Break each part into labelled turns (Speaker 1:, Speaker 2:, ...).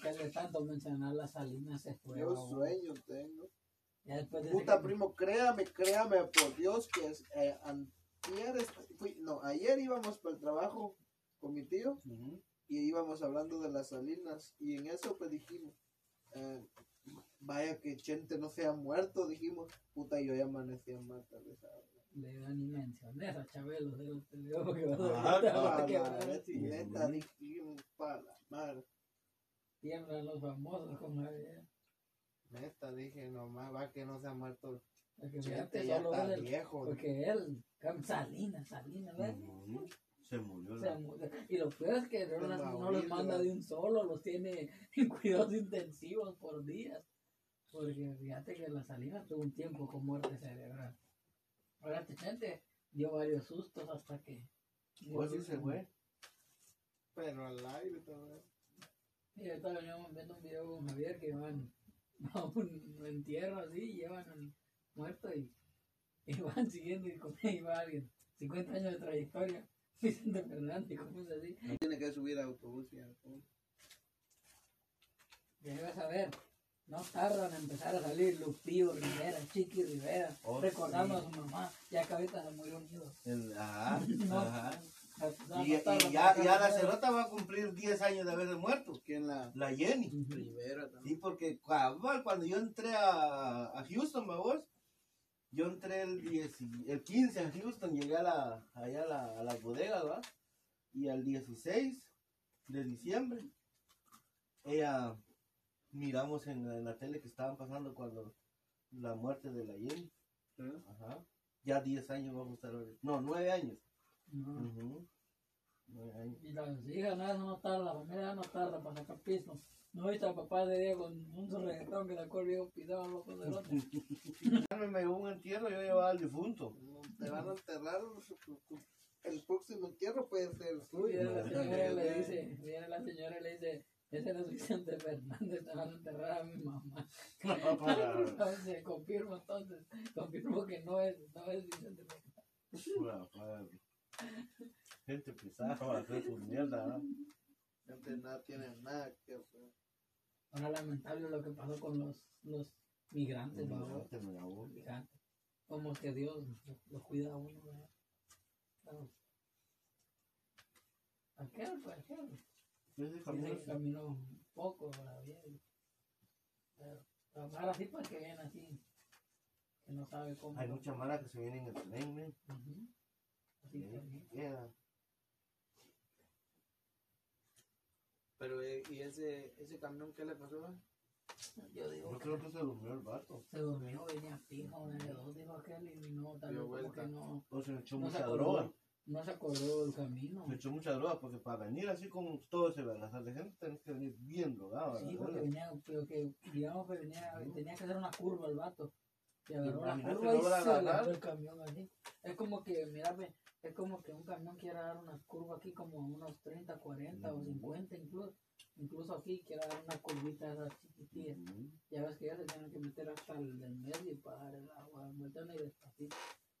Speaker 1: Pues tanto mencionar las salinas se fue.
Speaker 2: Yo
Speaker 1: babo.
Speaker 2: sueño tengo.
Speaker 1: Ya después de
Speaker 2: Puta,
Speaker 1: ese-
Speaker 2: primo, créame, créame, por Dios, que es, eh, antier est- fui- no, ayer íbamos para el trabajo con mi tío
Speaker 1: Ujú.
Speaker 2: y íbamos hablando de las salinas y en eso pues dijimos, eh, vaya que Chente no se ha muerto, dijimos, puta, yo ya amanecía mata de esa
Speaker 1: Le dio ni mención de esa, Chabelo. Se lo te digo porque vas
Speaker 3: Ah,
Speaker 1: a- te vas
Speaker 2: Pa'
Speaker 1: a
Speaker 2: la
Speaker 1: quebrar.
Speaker 2: red y neta, dijimos, pa' la madre.
Speaker 1: Siembra los famosos con Javier.
Speaker 2: Neta, dije, nomás va que no se ha muerto.
Speaker 1: Porque
Speaker 2: Chente
Speaker 1: fíjate,
Speaker 2: ya
Speaker 1: solo
Speaker 2: está
Speaker 1: él-
Speaker 2: viejo.
Speaker 1: Porque él, Cam- Salinas, Salinas, ¿ves?
Speaker 3: Ujú. Se murió
Speaker 1: Se
Speaker 3: la.
Speaker 1: mu- Y lo peor es que no,
Speaker 2: De
Speaker 1: las- no los
Speaker 2: Mauricio.
Speaker 1: manda de un solo, los tiene en cuidados intensivos por días. Porque fíjate que la salina tuvo un tiempo con muerte cerebral. Ahora te gente dio varios sustos hasta que.
Speaker 3: Pues sí se fue.
Speaker 2: Pero al aire todavía.
Speaker 1: Y ahorita veníamos viendo un video con Javier que van a un entierro así y llevan al muerto y, y van siguiendo y con ahí va alguien. 50 años de trayectoria, Vicente Fernández, y cosas así.
Speaker 2: Tiene que subir a autobús y alcohol.
Speaker 1: Ya ibas a ver, no tardan en empezar a salir Lupillo Rivera, Chiqui Rivera,
Speaker 3: Oh,
Speaker 1: recordando
Speaker 3: sí.
Speaker 1: a su mamá, ya que ahorita se murió unido.
Speaker 3: El- Ajá,
Speaker 1: No,
Speaker 3: ajá.
Speaker 1: no, no
Speaker 3: Y, y
Speaker 1: tardan en
Speaker 3: ya,
Speaker 1: empezar
Speaker 3: ya
Speaker 1: a
Speaker 3: la
Speaker 1: salir.
Speaker 3: cerota va a cumplir 10 años de haberse muerto.
Speaker 2: ¿Quién la
Speaker 3: La Jenny.
Speaker 1: Ujú.
Speaker 2: Rivera también?
Speaker 3: Sí, porque cabal, cuando yo entré a, a Houston, babos, yo entré el, 10 y- el 15 a Houston, llegué a la, allá a, la, a las bodegas, ¿va? Y al 16 de diciembre, ella, miramos en la, en la tele que estaban pasando cuando la muerte de la Jenny.
Speaker 2: ¿Eh?
Speaker 3: Ajá. Ya 10 años vamos a estar ahorita. No, 9 años.
Speaker 1: No.
Speaker 3: Ujú. Nueve años.
Speaker 1: Y las hijas, no, eso no tarda, la familia no tarda para sacar piso. No viste al papá de Diego con un reggaetón que sacó el viejo pisado loco del otro.
Speaker 3: Me dio un entierro, yo llevaba al difunto.
Speaker 2: No, Te van a enterrar. su- su- su- El próximo entierro puede ser el
Speaker 1: Y
Speaker 2: suyo.
Speaker 1: la señora le dice, viene la señora y le dice, ese no es Vicente Fernández, te van a enterrar a mi mamá. Entonces, confirmo entonces, confirmo que no es, no es Vicente Fernández.
Speaker 3: Pura madre. Gente pesada va a hacer su mierda, ¿no?
Speaker 2: Gente, nada tiene nada que hacer.
Speaker 1: Ahora lamentable lo que pasó con los, los migrantes, ¿no?
Speaker 3: Te este me la voy.
Speaker 1: Fíjate, Como que Dios lo- los cuida a uno, ¿verdad? Claro. Aquel, pues, aquel.
Speaker 3: Ese
Speaker 1: Dice
Speaker 3: camino
Speaker 1: que caminó poco, ahora bien. Pero, la mala sí, pues, que viene así, que no sabe cómo.
Speaker 3: Hay mucha mala que se viene en el tren, men.
Speaker 1: Ujú. Así que,
Speaker 3: Ahí se queda.
Speaker 4: Pero, eh, ¿y ese, ese camión qué le pasó? va?
Speaker 1: yo digo
Speaker 3: Yo
Speaker 1: que-
Speaker 3: creo que se durmió el vato.
Speaker 1: Se durmió, venía fijo, una de dos, dijo aquel, y no, tal vez
Speaker 4: Dio
Speaker 1: como
Speaker 4: vuelta.
Speaker 1: que no,
Speaker 3: O se echó
Speaker 1: No se
Speaker 3: mucha
Speaker 1: acordó.
Speaker 3: droga.
Speaker 1: no se acordó del camino.
Speaker 3: Se echó mucha droga porque para venir así como todo ese balazar de gente tenés que venir bien drogado. a la
Speaker 1: Sí, porque
Speaker 3: verga.
Speaker 1: venía, pero que, digamos que venía, tenía que hacer una curva el vato. Y agarró la
Speaker 3: Imagínate,
Speaker 1: curva
Speaker 3: no
Speaker 1: y
Speaker 3: la
Speaker 1: se
Speaker 3: agarrar.
Speaker 1: agarró el camión así. Es como que, mírame, es como que un camión quiera dar una curva aquí como unos 30, 40 o 50 incluso. Incluso aquí quiera dar una curvita de esas chiquitillas.
Speaker 3: Ujú.
Speaker 1: Ya ves que ya se tienen que meter hasta el del medio para dar el agua, meterla y despacito.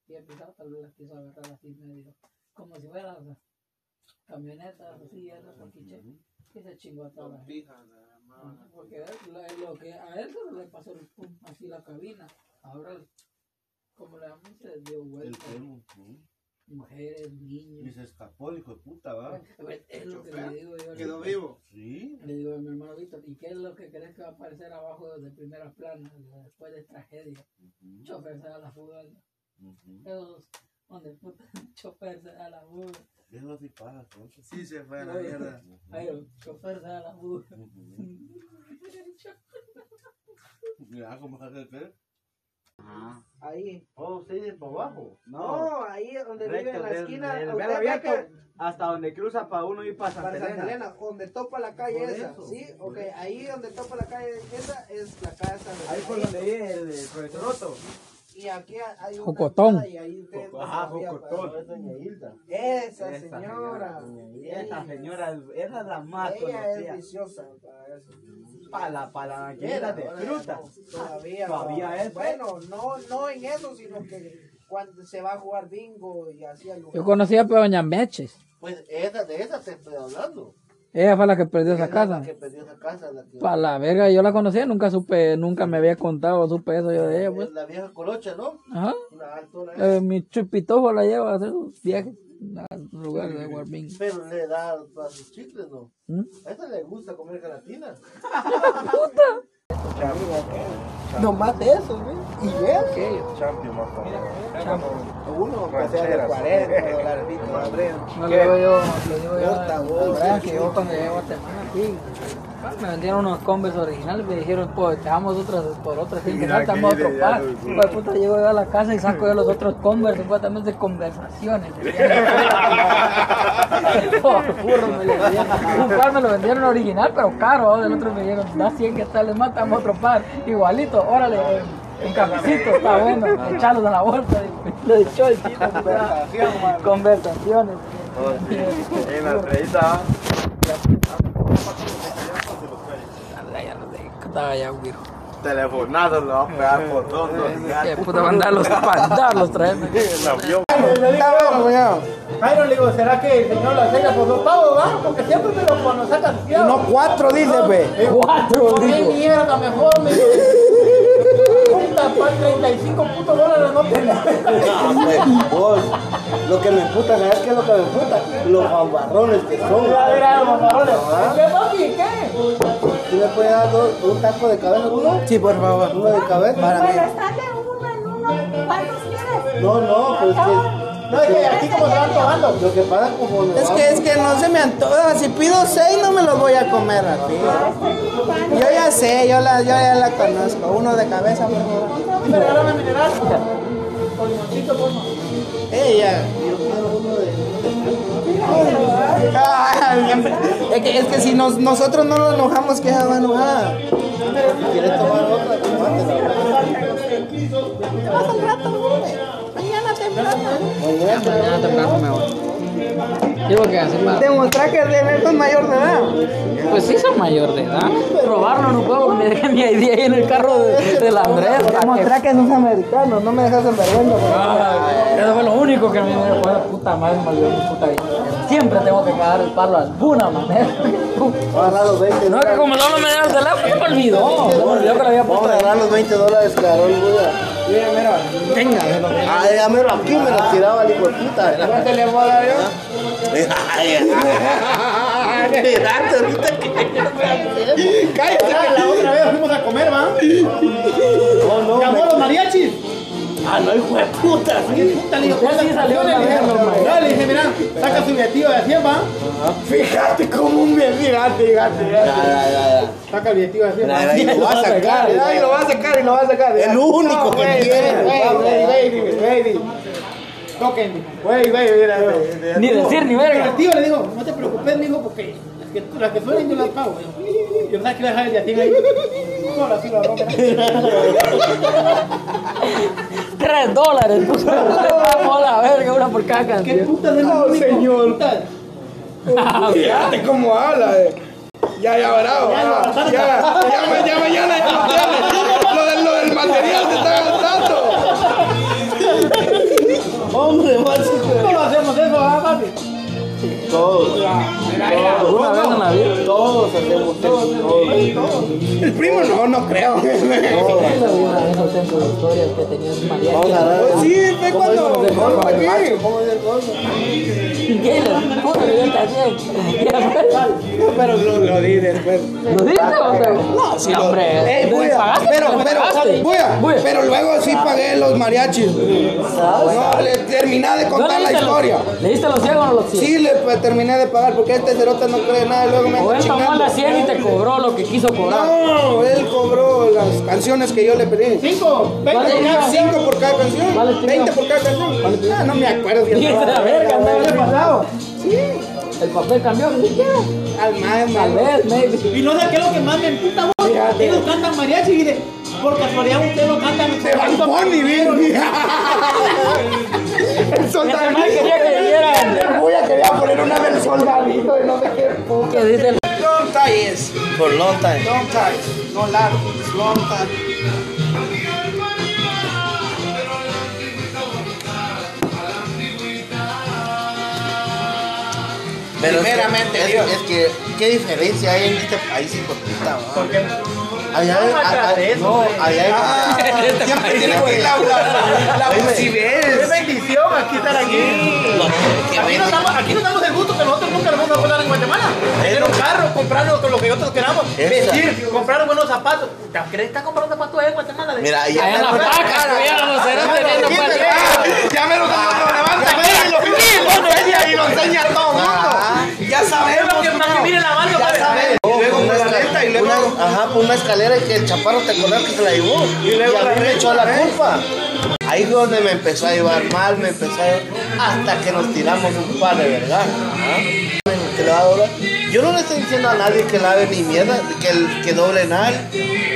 Speaker 1: Y el pisado tal vez la quiso agarrar así medio, como si fuera o sea, camionetas así, esas paquiche,
Speaker 3: Ujú.
Speaker 1: y se chingó a toda la
Speaker 4: Con
Speaker 1: gente.
Speaker 4: pijas, la llamaban.
Speaker 1: Porque es lo, es lo que a él solo le pasó el pum, así la cabina. Ahora, como le llaman, se dio
Speaker 3: El
Speaker 1: vuelta.
Speaker 3: tren, ujú.
Speaker 1: Mujeres,
Speaker 3: Y
Speaker 1: niños.
Speaker 3: se escapó el hijo de puta, va.
Speaker 1: A ver, es lo que
Speaker 4: ¿Chofer?
Speaker 1: le digo yo.
Speaker 4: Quedó vivo.
Speaker 3: Sí.
Speaker 1: Le digo a mi hermano Víctor, ¿y qué es lo que crees que va a aparecer abajo de primera plana después de tragedia?
Speaker 3: Ujú.
Speaker 1: Chofer se da la fuga.
Speaker 3: Ujú.
Speaker 1: Esos, donde puta, chofer se da la fuga.
Speaker 3: Eso sí pasa, entonces.
Speaker 2: Sí, se fue
Speaker 1: a la mierda.
Speaker 3: Ujú.
Speaker 1: Ay, chofer se da la fuga.
Speaker 3: Ujú. Mira cómo hace el tren.
Speaker 5: Ahí.
Speaker 3: Oh, ustedes por abajo.
Speaker 5: No, ahí es donde vive
Speaker 4: Recto,
Speaker 5: en la
Speaker 4: del-
Speaker 5: esquina.
Speaker 4: del
Speaker 5: donde
Speaker 4: mero
Speaker 5: ataca
Speaker 4: abierto Hasta donde cruza para uno ir para Santa
Speaker 5: para Santa
Speaker 4: Elena.
Speaker 5: Elena, donde topa la calle
Speaker 3: Por
Speaker 5: esa.
Speaker 3: eso.
Speaker 5: Sí, ok, ahí donde topa la calle esa es la casa de
Speaker 4: Ahí fue donde vive el, el profesor Otto.
Speaker 5: Y aquí hay un.
Speaker 1: Jocotón.
Speaker 5: Y ahí ustedes
Speaker 4: Ajá,
Speaker 5: todavía
Speaker 4: Jocotón.
Speaker 5: pasan.
Speaker 3: Es doña Hilda.
Speaker 5: Esa
Speaker 4: Esa
Speaker 5: señora.
Speaker 4: señora, Esa señora, esa es la más
Speaker 5: Ella es
Speaker 4: conocida.
Speaker 5: viciosa para eso.
Speaker 4: Para la palanquera de fruta.
Speaker 5: Todavía,
Speaker 4: Todavía es.
Speaker 5: Bueno, no, no en eso, sino que cuando se va a jugar bingo y así al lugar.
Speaker 1: conocí a Doña Meches.
Speaker 3: Pues esa, de esa te estoy hablando.
Speaker 1: Ella fue la que perdió esa
Speaker 3: Es la
Speaker 1: casa.
Speaker 3: Que perdió esa casa, la que.
Speaker 1: Pa' la verga, yo la conocía, nunca supe, nunca me había contado, supe eso yo de ella, pues.
Speaker 3: Es La vieja colocha, ¿no?
Speaker 1: Ajá.
Speaker 3: Una altona.
Speaker 1: Eh, mi chupitojo la lleva a hacer sus viajes a sus lugares de Guarmín.
Speaker 3: Pero le da a sus chicles, ¿no?
Speaker 1: ¿Mm?
Speaker 3: A esta le gusta comer gelatina.
Speaker 5: Nomás de eso, güey. Y él,
Speaker 6: Champion,
Speaker 5: uno, que sea de 40 dolarcitos, hombre.
Speaker 1: No le digo yo, le digo yo,
Speaker 5: Corta
Speaker 1: la
Speaker 5: voz,
Speaker 1: verdad
Speaker 5: sí,
Speaker 1: que yo cuando llegué a Guatemala aquí, pa, me vendieron unos combes originales, me dijeron, pues, te damos otras por otras, tienes que
Speaker 6: Mira
Speaker 1: saltar
Speaker 6: qué
Speaker 1: más otro
Speaker 6: idea,
Speaker 1: pack.
Speaker 6: loco.
Speaker 1: Pues, puta, llego yo a la casa y saco yo los otros converse, supuestamente conversaciones. Por burro me lo vendieron. Un par me lo vendieron original, pero caro, ahora el otro me dijeron, da 100 que tal, le matamos otro par, igualito, órale, eh, un cafecito, está bueno, echarlos a la bolsa. Lo echó el tipo, conversaciones.
Speaker 6: En la entrevista.
Speaker 1: Ay, ya no sé, estaba ya, güey.
Speaker 6: Telefonazo le va a pegar por todo.
Speaker 1: Qué Eh, puta mandarlos, mandarlos, traerme.
Speaker 6: El avión.
Speaker 5: Jairo le digo, ¿será que el señor lo acepta por dos pavos, va? Porque siempre me lo cuando sacan tío.
Speaker 7: No, cuatro, dice, ve.
Speaker 1: Cuatro,
Speaker 5: Por ahí
Speaker 1: digo.
Speaker 5: mierda, mejor me Puta, pa' 35 putos dólares no tenés.
Speaker 7: Ah, pues, vos, lo que me emputa, ¿sabes qué es lo que me emputa? Los bambarrones que son.
Speaker 5: A ver, a los mamarrones. ¿Qué, papi? ¿Qué?
Speaker 7: ¿Tú me puedes dar dos- un taco de cabeza, uno? Sí, por favor. ¿Uno de cabeza?
Speaker 8: Bueno, está de uno en uno. ¿Cuántos quieres?
Speaker 7: No, no, pues que...
Speaker 5: No, es que aquí como se van tomando.
Speaker 7: Lo que pasa como... nos
Speaker 9: Es
Speaker 7: vamos-
Speaker 9: que es que no se me antoja. Si pido seis no me los voy a comer así. Yo ya sé, yo la, yo ya la conozco. Uno de cabeza, por favor.
Speaker 5: Dime, regálame mineral. Con limoncito, por favor.
Speaker 9: Ella. Ay, siempre- Es que, es que si nos- nosotros no nos enojamos, que ella va enojada.
Speaker 7: ¿Quieres tomar otra? Tomátela.
Speaker 8: Te vas al rato, hombre. Mañana temprano.
Speaker 7: Mañana te
Speaker 1: Mañana temprano me voy. Digo que así más.
Speaker 9: Demostrar que de es mayor de edad.
Speaker 1: Pues sí, son mayor de edad. Robarlo no puedo, me dejé mi ID ahí en el carro de, del Andrés. pa'
Speaker 9: Demostrar que sos americano. No me dejas en vergüenza. por favor.
Speaker 1: Ah, Eso fue lo único que me dio fue la puta madre, me olvidó mi puta vida. Siempre tengo que cagar el palo de alguna manera.
Speaker 7: Voy a agarrar los 20
Speaker 1: No, que
Speaker 7: dólares.
Speaker 1: como no me dieron el teléfono, me olvidó. Se me olvidó que lo había
Speaker 7: Vamos a
Speaker 1: puesto ahí.
Speaker 7: agarrar los 20 dólares, Carol. Mira, mira. Venga. Ay, dámelo aquí, me lo tiraba el hijo de puta.
Speaker 5: ¿Cuánto le voy a dar yo?
Speaker 7: Date ahorita que...
Speaker 5: Ah, La otra vez fuimos a comer, ¿va? Llamó a los mariachis.
Speaker 7: Ah, no, hijo de puta.
Speaker 5: Y el puta le dijo,
Speaker 1: Usted sí salió una
Speaker 5: "¿Cuántas
Speaker 1: vez,
Speaker 5: canciones?"
Speaker 1: hombre.
Speaker 5: No, le dije, mira, saca su billetillo de 100, ¿va?
Speaker 7: Fíjate cómo me miraste,
Speaker 5: Saca el billetillo de 100.
Speaker 7: Ahí lo va a sacar.
Speaker 5: Ay, lo va a sacar y lo va a sacar.
Speaker 7: El único que tiene.
Speaker 5: Güey, güey, dime, güey, dime. Toquen, dijo. Güey, güey, mira, güey.
Speaker 1: Ni decir ni
Speaker 5: Pero el
Speaker 1: verga.
Speaker 5: tío le dijo, no te preocupes, mijo, porque las que, las que suelen yo las pago. Yo, yo pensaba que iba a dejar el billetillo ahí. No, así lo rompe.
Speaker 1: Tres dólares. puso. Vamos a la verga, una por cada
Speaker 5: ¿Qué
Speaker 1: canción.
Speaker 5: puta es el único? señor.
Speaker 7: Fíjate cómo habla, eh. Ya, ya, bravo.
Speaker 5: Ya,
Speaker 7: ah,
Speaker 5: lo-
Speaker 7: Ya, ya, ma- ya, mañana ya ustedes. Lo del, lo del material se está gastando.
Speaker 5: ¿Cómo lo hacemos eso, ah, papi?
Speaker 1: Una vez en la vida.
Speaker 7: Todos hacemos El primo no, no creo.
Speaker 1: Yo vi una vez al centro de historias que tenía un mariachi.
Speaker 7: Vamos a dar.
Speaker 3: Pues
Speaker 9: Sí, ve
Speaker 7: ¿Cómo
Speaker 9: cuando-
Speaker 7: dice el del golfo
Speaker 9: aquí.
Speaker 7: aquí? ¿Cómo dice el golfo?
Speaker 1: ¿Y qué? La puta que yo también. Ya, pues,
Speaker 7: No, pero lo, lo di después.
Speaker 1: ¿Lo dices o sea? No, sí, hombre.
Speaker 7: Ey, voy a-
Speaker 1: ¿Pagaste?
Speaker 7: pero, pero,
Speaker 1: ¿Pagaste?
Speaker 7: voy a-
Speaker 1: Voy a-
Speaker 7: pero luego sí pagué los mariachis. No, le terminé de
Speaker 1: ¿No
Speaker 7: contar la
Speaker 1: leíste los-
Speaker 7: historia.
Speaker 1: ¿Leíste los 100 o no los 100?
Speaker 7: Sí, le pues, terminé de pagar porque este cerote no cree nada y luego me
Speaker 1: O
Speaker 7: anda
Speaker 1: él tomó
Speaker 7: chingando.
Speaker 1: la 100 y te cobró lo que quiso cobrar.
Speaker 7: No, él cobró las canciones que yo le pedí.
Speaker 5: Cinco,
Speaker 1: Vale,
Speaker 5: veinte,
Speaker 1: ya.
Speaker 5: ya.
Speaker 7: 5 por cada canción,
Speaker 1: ¿Cuál es tu
Speaker 7: 20
Speaker 1: idea?
Speaker 7: por cada canción. Ah, no me acuerdo bien.
Speaker 1: Dice la verga,
Speaker 5: ¿Qué le ha pasado?
Speaker 1: El papel cambió. ¿qué quieres?
Speaker 7: Al más,
Speaker 1: Tal vez, maybe.
Speaker 5: Y no sé qué es lo que más me emputa vos. Ellos cantan mariachi y de, por casualidad ustedes lo cantan.
Speaker 7: De Balboni, bien. El
Speaker 1: Ese
Speaker 7: soldadito.
Speaker 1: man quería que vieran.
Speaker 7: El bulla quería poner una del soldadito y no sé qué puta.
Speaker 1: Que dice el-
Speaker 7: Long time es. For long time. Long time. No largo. It's long time.
Speaker 3: Pero es que-
Speaker 10: Primeramente,
Speaker 3: es,
Speaker 10: Dios.
Speaker 3: es que, ¿qué diferencia hay en este país, hijo de puta, va?
Speaker 5: Porque
Speaker 3: Allá,
Speaker 5: No,
Speaker 3: a- a-
Speaker 5: de eso,
Speaker 3: no,
Speaker 5: güey.
Speaker 3: allá hay. Siempre tiene que ir la la
Speaker 5: es bendición aquí estar aquí. Aquí nos, damos, aquí nos damos el gusto que nosotros nunca nos vamos a pasar en Guatemala. Tener un carro, comprarlo con lo que nosotros queramos,
Speaker 3: Eso.
Speaker 5: vestir, comprar buenos zapatos. ¿Te crees que está comprando zapatos ahí en Guatemala?
Speaker 3: Mira, allá
Speaker 11: Allá en la
Speaker 3: la-
Speaker 11: paca, todavía no se va teniendo pues.
Speaker 3: Ya me lo levanta, y lo y lo enseña a todo
Speaker 7: Ah,
Speaker 3: mundo. Ya
Speaker 5: Es lo que más que mire la mano, padre.
Speaker 3: luego una escalera y luego ajá, por una escalera y que el chaparro te acordás que se la llevó y, a mí me echó la ¿eh? culpa. Ahí fue donde me empezó a llevar mal, me empezó a llevar hasta que nos tiramos un par de vergas. ajá. Que le va a doblar. Yo no le estoy diciendo a nadie que lave ni mierda, que, el- que doble nada,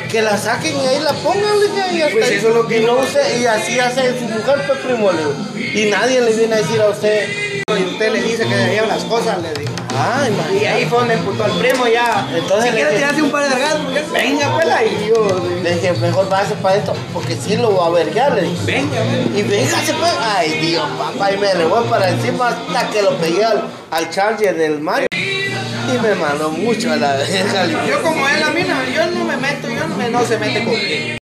Speaker 3: que la saquen y ahí la pongan, le digo, y hasta
Speaker 10: Pues
Speaker 3: ahí. y no use, y así hace su mujer, pues primo, le digo. Y nadie le viene a decir a usted,
Speaker 10: Y usted le dice que le llevan las cosas, le digo.
Speaker 3: ah,
Speaker 10: Y
Speaker 3: imagínate.
Speaker 10: ahí fue donde emputó al primo ya.
Speaker 3: Entonces
Speaker 10: si
Speaker 3: le
Speaker 10: quieres
Speaker 3: dije-
Speaker 10: tirarse un par de vergas, porque venga, pues la y yo.
Speaker 3: Le dije, mejor váyase para esto, porque si lo va a vergar. Le dije,
Speaker 10: Venga, pues.
Speaker 3: y véngase pues. Ay, Dios, papá, y me le voy para encima hasta que lo pegué al, al charger del Mario. Y me mandó mucho a la verga. le dije.
Speaker 10: Yo como él, a mí no, yo no me meto, yo no, me, no se mete conmigo.